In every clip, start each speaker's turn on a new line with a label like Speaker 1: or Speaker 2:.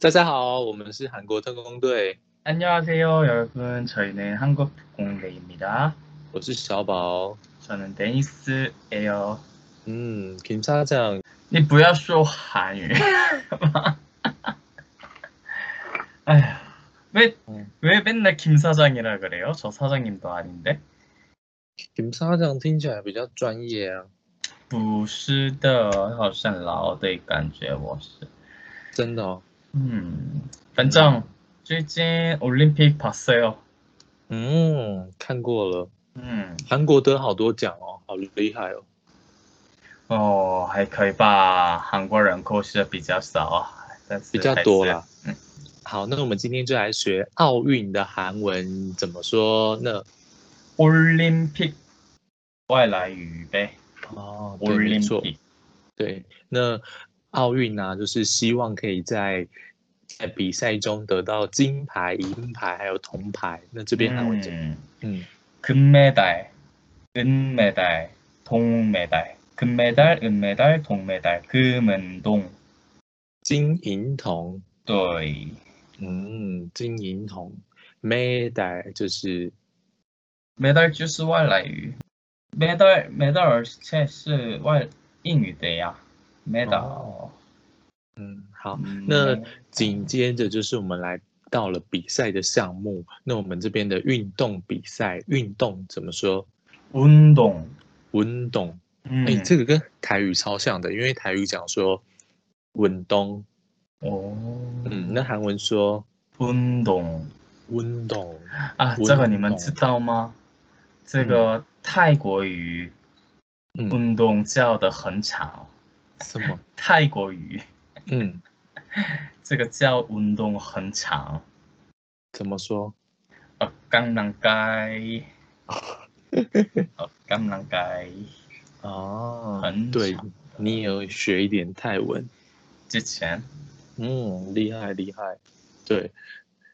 Speaker 1: 大家好，我们是韩国特工队，
Speaker 2: 안녕하세요, 여러분. 저희는 한국 공대입니다.
Speaker 1: 我是小宝。
Speaker 2: 저는 데니스예요.
Speaker 1: 嗯，김 사장，
Speaker 2: 你不要说韩语哎呀 왜
Speaker 1: 음.
Speaker 2: 왜 맨날 김 사장이라 그래요? 저 사장님도 아닌데.
Speaker 1: 김 사장听起来比较专业啊，
Speaker 2: 不是的，好像老的感觉我是。
Speaker 1: 真的哦。
Speaker 2: 음, 단장 최근 올림픽 봤어요.
Speaker 1: 嗯，看过了，
Speaker 2: 음,
Speaker 1: 韩国得好多奖哦，好厉害哦。
Speaker 2: 어, 还可以吧，韩国人口是比较少，但是
Speaker 1: 比较多啦。
Speaker 2: 嗯
Speaker 1: 好，那我们今天就来学奥运的韩文怎么说呢？
Speaker 2: 올림픽 外来语呗，
Speaker 1: 哦，对，没错，
Speaker 2: 올림픽
Speaker 1: 对。那奥运呢、就是希望可以在在比赛中得到金牌、银牌还有铜牌。那这边韩文怎么？
Speaker 2: 음,
Speaker 1: 嗯
Speaker 2: 금메달, 은메달, 동메달, 금메달, 은메달, 동메달, 금은동,
Speaker 1: 金银铜，
Speaker 2: 对，
Speaker 1: 嗯，金银铜，medal 就是，
Speaker 2: 메달 就是外来语，medal medal 而且是外英语的呀，medal
Speaker 1: 哦。嗯，好，
Speaker 2: 嗯
Speaker 1: 那紧接着就是我们来到了比赛的项目，那我们这边的运动比赛，运动怎么说？
Speaker 2: 运动，
Speaker 1: 运动，
Speaker 2: 嗯，
Speaker 1: 哎、这个跟台语超像的，因为台语讲说运动，
Speaker 2: 哦，
Speaker 1: 嗯，那韩文说
Speaker 2: 运动。
Speaker 1: 运动，
Speaker 2: 啊，
Speaker 1: 运
Speaker 2: 这个你们
Speaker 1: 动
Speaker 2: 知道吗？这个泰国语
Speaker 1: 嗯，
Speaker 2: 运动叫的很长，
Speaker 1: 什么？
Speaker 2: 泰国语
Speaker 1: 嗯，
Speaker 2: 这个叫运动很长。
Speaker 1: 怎么说？
Speaker 2: 呃，甘南街，呃，甘南街，
Speaker 1: 哦
Speaker 2: 很
Speaker 1: 对
Speaker 2: 长，
Speaker 1: 你也有学一点泰文。
Speaker 2: 之前，
Speaker 1: 嗯，厉害厉害，对。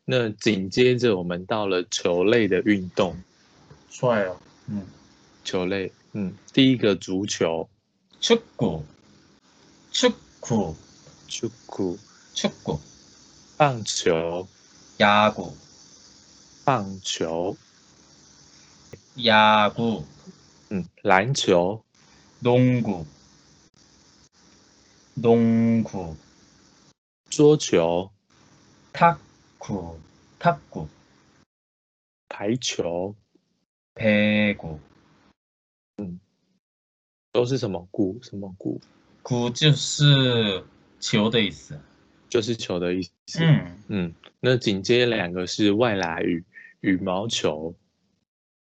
Speaker 1: 那紧接着我们到了球类的运动，
Speaker 2: 帅哦，嗯，
Speaker 1: 球类，嗯，第一个足球，
Speaker 2: 축구축구
Speaker 1: 足球，
Speaker 2: 축구
Speaker 1: 棒球，
Speaker 2: 야구
Speaker 1: 棒球，
Speaker 2: 야구
Speaker 1: 嗯，篮球，
Speaker 2: 농구농구
Speaker 1: 桌球，
Speaker 2: 탁구탁구
Speaker 1: 排球，
Speaker 2: 배구
Speaker 1: 都是什么鼓？什么鼓？
Speaker 2: 구就是球的意思。
Speaker 1: 就是球的意思。
Speaker 2: 嗯，
Speaker 1: 嗯，那紧接两个是外来语，羽毛球，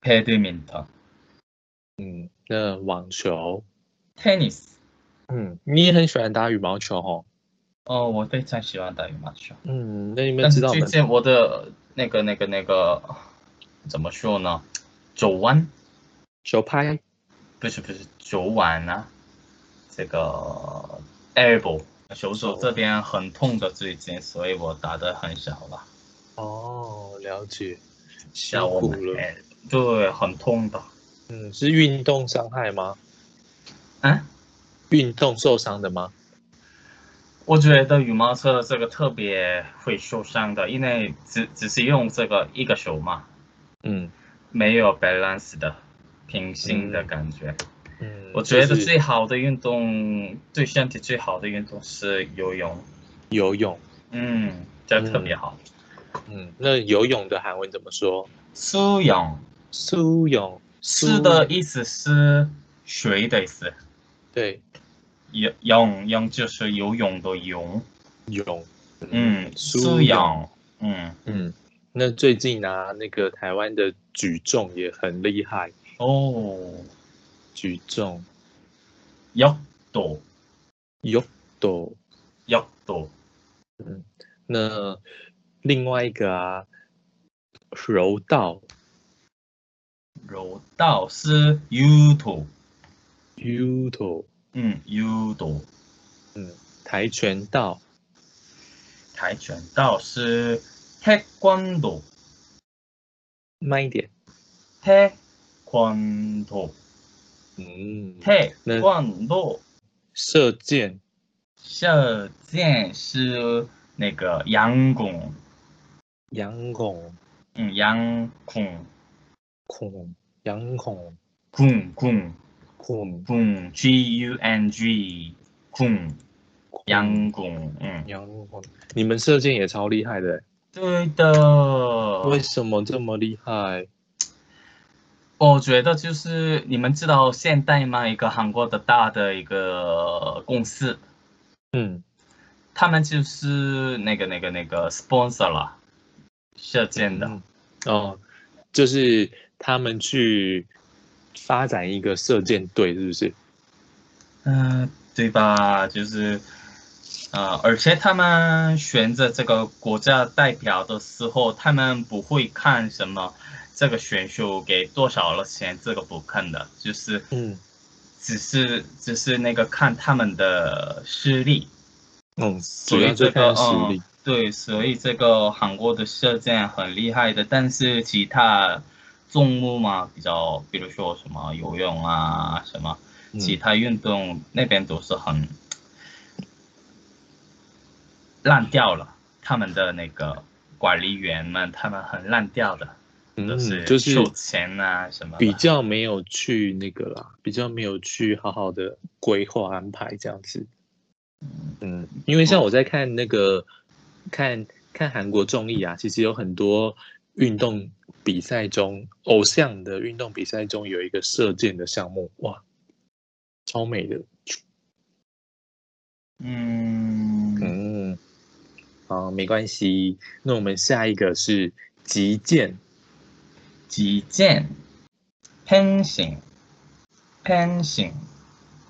Speaker 2: 배드민턴
Speaker 1: 嗯，那网球，
Speaker 2: tennis。
Speaker 1: 嗯，你也很喜欢打羽毛球哦。
Speaker 2: 哦，我非常喜欢打羽毛球，
Speaker 1: 嗯，那你们
Speaker 2: 但
Speaker 1: 知
Speaker 2: 是
Speaker 1: 道我
Speaker 2: 最
Speaker 1: 们
Speaker 2: 近我的那个、那个、那个，怎么说呢？手腕
Speaker 1: 球拍？
Speaker 2: 不是不是手腕啊，这个 elbow 手肘这边很痛的最近，所以我打的很少了。
Speaker 1: 哦，了解，辛
Speaker 2: 像我
Speaker 1: 苦
Speaker 2: 们
Speaker 1: 了。
Speaker 2: 哎对，很痛的。
Speaker 1: 嗯，是运动伤害吗？
Speaker 2: 嗯，
Speaker 1: 运动受伤的吗？
Speaker 2: 我觉得羽毛球这个特别会受伤的，因为只只是用这个一个手嘛，
Speaker 1: 嗯
Speaker 2: 没有 balance 的平行的感觉。
Speaker 1: 嗯，
Speaker 2: 我觉
Speaker 1: 就
Speaker 2: 得
Speaker 1: 是
Speaker 2: 最好的运动，对身体最好的运动是游泳。
Speaker 1: 游泳。
Speaker 2: 嗯，这特别好。
Speaker 1: 嗯，那游泳的韩文怎么说？
Speaker 2: 苏泳，
Speaker 1: 苏泳。
Speaker 2: 是的意思是水的意思，
Speaker 1: 对，
Speaker 2: 游泳泳就是游泳的泳。
Speaker 1: 泳。
Speaker 2: 嗯，苏
Speaker 1: 泳。
Speaker 2: 泳，嗯，
Speaker 1: 嗯，那最近啊，那个台湾的举重也很厉害，
Speaker 2: 哦，
Speaker 1: 举重。
Speaker 2: 游度，
Speaker 1: 有斗。
Speaker 2: 游度，
Speaker 1: 那另外一个啊，柔道
Speaker 2: 柔道是 u t u
Speaker 1: （judo）、
Speaker 2: 嗯，judo，
Speaker 1: 跆拳道、
Speaker 2: 跆拳道是 taekwondo，
Speaker 1: 慢一点。
Speaker 2: taekwondo，
Speaker 1: 嗯，
Speaker 2: taekwondo，
Speaker 1: 射箭、
Speaker 2: 射箭是那个杨拱，
Speaker 1: 杨孔
Speaker 2: 嗯，杨拱
Speaker 1: 孔杨孔
Speaker 2: 拱拱
Speaker 1: 孔
Speaker 2: 拱 G U N G 拱
Speaker 1: 孔
Speaker 2: 杨拱，嗯，
Speaker 1: 杨孔，你们射箭也超厉害的欸、
Speaker 2: 对的。
Speaker 1: 为什么这么厉害？
Speaker 2: 我觉得就是你们知道现代吗？一个韩国的大的一个公司，
Speaker 1: 嗯，
Speaker 2: 他们就是那个那个那个 sponsor 啦，射箭的，
Speaker 1: 嗯哦，就是他们去发展一个射箭队，是不是？
Speaker 2: 嗯、对吧？就是，呃，而且他们选择这个国家代表的时候，他们不会看什么这个选手给多少了钱，这个不看的，就是
Speaker 1: 嗯
Speaker 2: 只是只是那个看他们的实力。
Speaker 1: 嗯，
Speaker 2: 所
Speaker 1: 主
Speaker 2: 以
Speaker 1: 要就
Speaker 2: 这个呃哦
Speaker 1: 看实力。
Speaker 2: 对，所以这个韩国的射箭很厉害的，但是其他种目嘛，比较比如说什么游泳啊，什么
Speaker 1: 嗯
Speaker 2: 其他运动、那边都是很烂掉了，他们的那个管理员们，他们很烂掉的，都
Speaker 1: 嗯，
Speaker 2: 是
Speaker 1: 就是
Speaker 2: 收钱啊什么的
Speaker 1: 比较没有去那个啦，比较没有去好好的规划安排这样子。嗯，因为像
Speaker 2: 哦
Speaker 1: 我在看那个看看韩国综艺啊，其实有很多运动比赛中，偶像的运动比赛中有一个射箭的项目，哇，超美的。
Speaker 2: 嗯，
Speaker 1: 嗯，好，没关系。那我们下一个是击剑，
Speaker 2: 击剑，pension。pension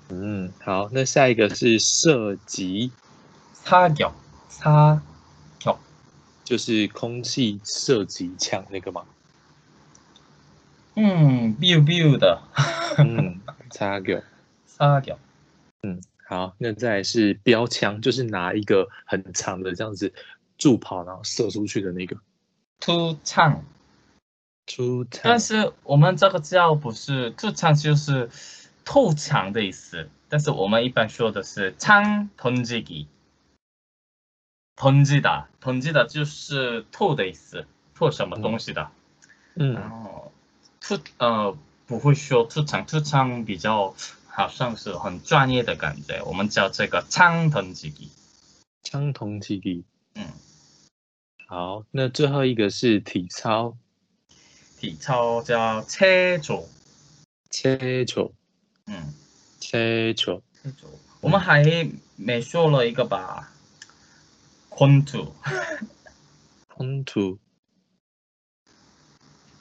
Speaker 1: 嗯，好，那下一个是射击，
Speaker 2: 사격, 사격,
Speaker 1: 就是空气射击枪那个 嘛。
Speaker 2: 음, 뷰뷰다,
Speaker 1: 嗯，擦狗。
Speaker 2: 사격,
Speaker 1: 好，那再来是标枪，就是拿一个很长的这样子助跑，然后射出去的那个。
Speaker 2: 투창.
Speaker 1: 出枪
Speaker 2: 但是我们这个叫不是투창，就是透墙的意思。但是我们一般说的是창 던지기, 던지다, 던지다 就是透的意思，透什么东西的。然
Speaker 1: 嗯，
Speaker 2: 后 어, 투呃不会说투창，투창比较好像是很专业的感觉，我们叫这个창 던지기。 음,
Speaker 1: 枪筒击力。
Speaker 2: 嗯。
Speaker 1: 好，那最后一个是体操，
Speaker 2: 体操叫车轴，
Speaker 1: 切球，
Speaker 2: 嗯，
Speaker 1: 切球，
Speaker 2: 车轴。我们还没说了一个吧，昆土，
Speaker 1: 空突。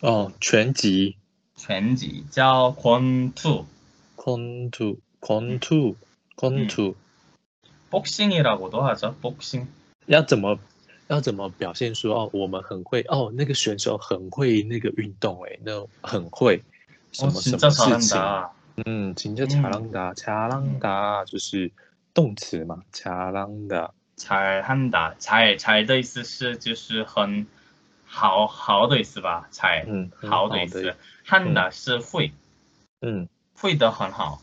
Speaker 1: 哦，拳击，
Speaker 2: 拳击叫昆土，
Speaker 1: 空突，空突，空突，
Speaker 2: 복싱이라고도 하죠. 복싱. 어，
Speaker 1: 要怎么？要怎么表现说哦，我们很会哦，那个选手很会那个运动诶，那很会
Speaker 2: 哦
Speaker 1: 什
Speaker 2: 어,
Speaker 1: 么什么
Speaker 2: 진짜
Speaker 1: 事情？
Speaker 2: 잘한다.
Speaker 1: 嗯，请叫
Speaker 2: 嗯
Speaker 1: 查朗达，查朗达就是动词嘛，查朗达。
Speaker 2: 잘한다. 잘, 잘的意思是就是很好好的意思吧？잘，
Speaker 1: 嗯，很
Speaker 2: 好的意思。한다是会，
Speaker 1: 嗯，
Speaker 2: 会的很好。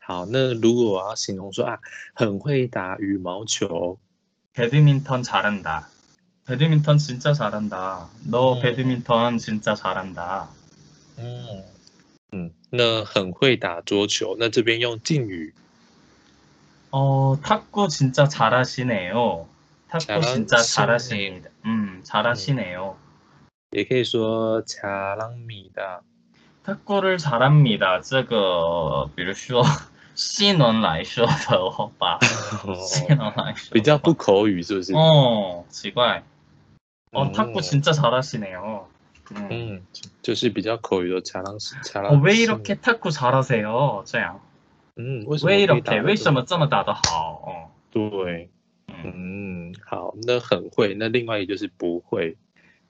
Speaker 1: 好，那如果我要形容说啊，很会打羽毛球，
Speaker 2: 배드민턴 잘한다. 배드민턴 진짜 잘한다. 너
Speaker 1: 음.
Speaker 2: 배드민턴 진짜 잘한다.
Speaker 1: 嗯嗯，那很会打桌球，那这边用敬语，
Speaker 2: 어, 탁구 진짜 잘하시네요. 탁구 진짜
Speaker 1: 잘하시네.
Speaker 2: 잘하십니다. 음, 잘하시네요.
Speaker 1: 也可以说查朗米 达。
Speaker 2: 탁구를 잘합니다. 这个,比如说, 신원来说的话吧. 신원来说.
Speaker 1: 比较不口语是不是？
Speaker 2: 어, 奇怪. 어,
Speaker 1: 嗯
Speaker 2: 탁구 진짜 잘하시네요. 음.
Speaker 1: 嗯，就是比较口语的查
Speaker 2: 哦
Speaker 1: 朗查
Speaker 2: 어,
Speaker 1: 朗。
Speaker 2: 왜 이렇게 ？ 탁구 잘하세요? 这样.
Speaker 1: 嗯，为什么
Speaker 2: 为
Speaker 1: 可
Speaker 2: 了
Speaker 1: 以打
Speaker 2: 给
Speaker 1: 得
Speaker 2: 为
Speaker 1: 这
Speaker 2: 什
Speaker 1: 么
Speaker 2: 么这么打的好？哦，
Speaker 1: 对，
Speaker 2: 嗯，
Speaker 1: 嗯，好，那很会，那另外一个就是不会，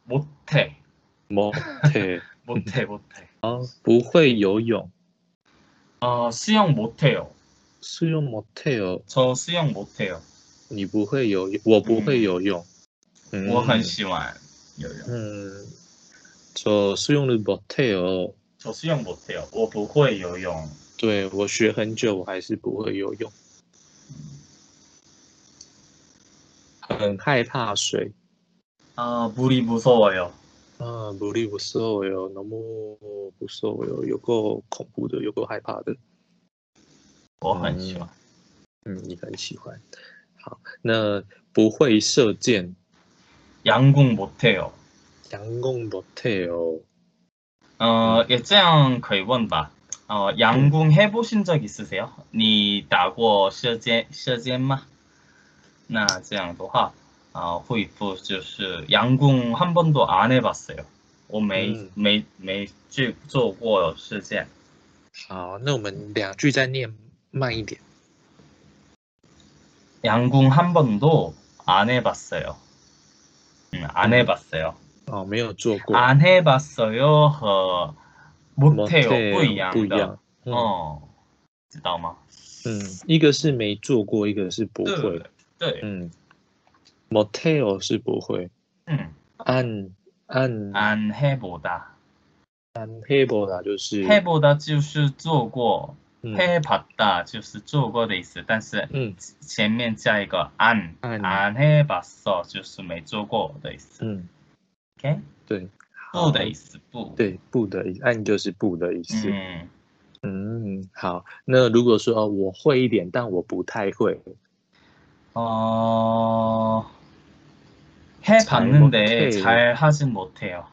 Speaker 2: 못해
Speaker 1: 못해，
Speaker 2: 못해못해
Speaker 1: 不会游泳，
Speaker 2: 어 수영 못해요
Speaker 1: 是用못해哦，
Speaker 2: 저 수영 못해요
Speaker 1: 你不会游泳，我不会游泳，嗯
Speaker 2: 我很喜欢游
Speaker 1: 음.
Speaker 2: 泳。
Speaker 1: 嗯，저수영을못해요，
Speaker 2: 저 수영 못해요我不会游泳。
Speaker 1: 对我学很久，我还是不会游泳，很害怕水。
Speaker 2: 아 물이 무서워요.
Speaker 1: 啊，물이무서워요너무무서워요요거공부도요거害怕的。 음.
Speaker 2: 我很喜欢.
Speaker 1: 嗯，你很喜欢。好，那不会射箭，
Speaker 2: 양궁 못해요.
Speaker 1: 阳光不退哦。
Speaker 2: 어,
Speaker 1: 음.
Speaker 2: 예장 可以问吧 어, 양궁 해보신 적 있으세요? 你打过射箭射箭吗?那这样的话, 어, 会不就是 양궁 한 번도 안 해봤어요.
Speaker 1: 음.
Speaker 2: 我没没没去做过射箭.
Speaker 1: 好，那我们两句再念慢一点。
Speaker 2: 양궁 한 번도 안 해봤어요. 음, 안 해봤어요.
Speaker 1: 哦，没有做过，
Speaker 2: 안 해봤어요. 和 못해요. 그
Speaker 1: 不不一
Speaker 2: 哦不一样的.哦
Speaker 1: 样。嗯、
Speaker 2: 어, 知道吗?
Speaker 1: 嗯，一个是没做过，一个是不会
Speaker 2: 对。对，
Speaker 1: 嗯，motel 是不会，
Speaker 2: 嗯，
Speaker 1: 按按
Speaker 2: 安黑博达，
Speaker 1: 按 table 啦，就是
Speaker 2: 黑博达就是做过，
Speaker 1: 嗯
Speaker 2: 黑帕达就是做过的意思，但是
Speaker 1: 嗯
Speaker 2: 前面加一个安，
Speaker 1: 按
Speaker 2: 安黑巴索就是没做过的意思
Speaker 1: 嗯
Speaker 2: ，OK，
Speaker 1: 对，
Speaker 2: 不的意思，不，，
Speaker 1: 对不的意思，按就是不的意思。
Speaker 2: 嗯，
Speaker 1: 嗯好，那如果说哦我会一点，但我不太会，
Speaker 2: 哦，黑봤는데 어, 잘하진못해요。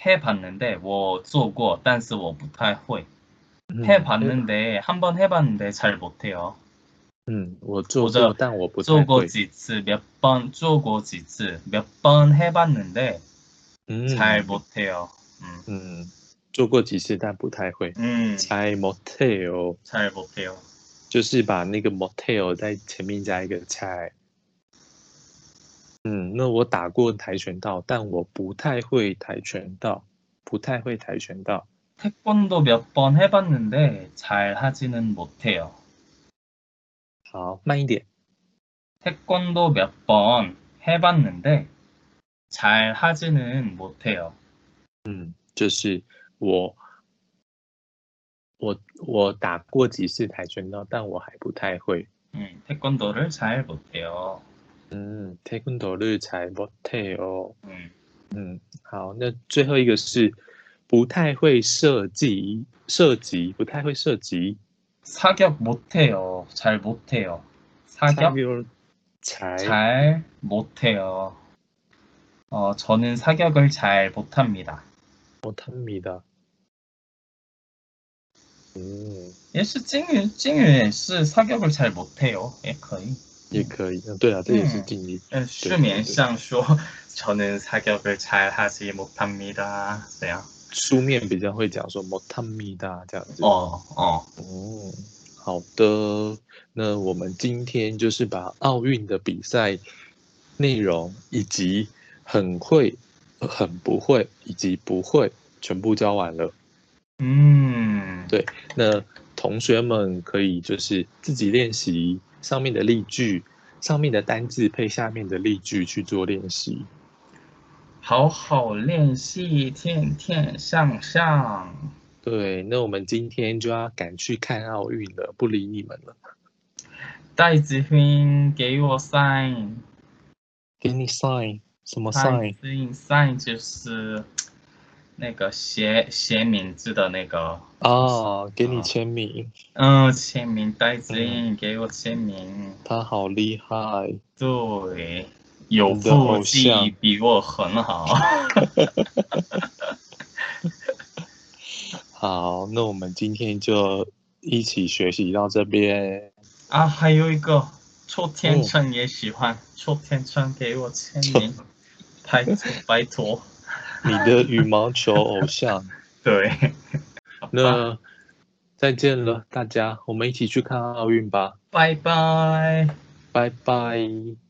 Speaker 2: 黑봤는데我做过，但是我不太会。 음.
Speaker 1: 嗯
Speaker 2: 해봤는데 한 번 해봤는데 잘 못해요.
Speaker 1: 嗯，我做
Speaker 2: 做
Speaker 1: 过，但我不太会
Speaker 2: 쪼고 ， 지츠 몇번 쪼고 지츠 몇 번 해봤는데
Speaker 1: 嗯，
Speaker 2: 잘 못해요. 음,
Speaker 1: 嗯，做过几次，但不太会。
Speaker 2: 음,
Speaker 1: 猜 motel
Speaker 2: 잘 못해요.
Speaker 1: 就是把那个 motel 在前面加一个猜。嗯，那我打过跆拳道，但我不太会跆拳道，不太会跆拳道。
Speaker 2: 태권도 몇 번 해봤는데 잘 하지는 못해요.
Speaker 1: 好，慢一点。
Speaker 2: 태권도 몇 번 해봤는데 잘 하지는 못해요.
Speaker 1: 嗯，就是我，我我打过几次跆拳道，但我还不太会。
Speaker 2: 음, 태권도를 잘 못해요.
Speaker 1: 嗯，태권도를才 motel。
Speaker 2: 음,
Speaker 1: 嗯，哦好，那最后一个是不太会射击，射击不太会射击。
Speaker 2: 사격 못해요. 잘 못해요. 사격
Speaker 1: 사격 잘,
Speaker 2: 잘 못해요. 어, 저는 사격을 잘 못합니다.
Speaker 1: 哦 못합니다. 음,
Speaker 2: 예스 찡유, 찡유스 사격을 잘 못해요. 예, 거의. 嗯。
Speaker 1: 也可以。嗯，对啊，这也是定义。
Speaker 2: 예, 수면상쇼 저는 사격을 잘 하지 못합니다. 네, 그래요.
Speaker 1: 书面比较会讲说 못합니다 这样子。
Speaker 2: 어, 어.
Speaker 1: 哦，好的，那我们今天就是把奥运的比赛内容以及很会、呃很不会以及不会全部教完了。
Speaker 2: 음.
Speaker 1: 对那同学们可以就是自己练习上面的例句，上面的单字配下面的例句去做练习。
Speaker 2: 好好练习，天天向上。
Speaker 1: 对，那我们今天就要赶去看奥运了，不理你们了，
Speaker 2: 戴子勋给我 sign，
Speaker 1: 给你 sign 什么
Speaker 2: sign
Speaker 1: sign？
Speaker 2: sign sign 就是那个写写名字的那个，
Speaker 1: 啊，给你
Speaker 2: 啊
Speaker 1: 签名，
Speaker 2: 嗯，签名戴子英给我签名，
Speaker 1: 他好厉害。
Speaker 2: 对，有
Speaker 1: 你的偶
Speaker 2: 腹肌
Speaker 1: 像
Speaker 2: 比我很好，
Speaker 1: 好，那我们今天就一起学习到这边。
Speaker 2: 啊，还有一个邱天成也喜欢，邱天成给我签名，拜托拜托，
Speaker 1: 你的羽毛球偶像，
Speaker 2: 对，好吧
Speaker 1: 那再见了，大家，我们一起去看奥运吧，
Speaker 2: 拜拜。
Speaker 1: 拜拜。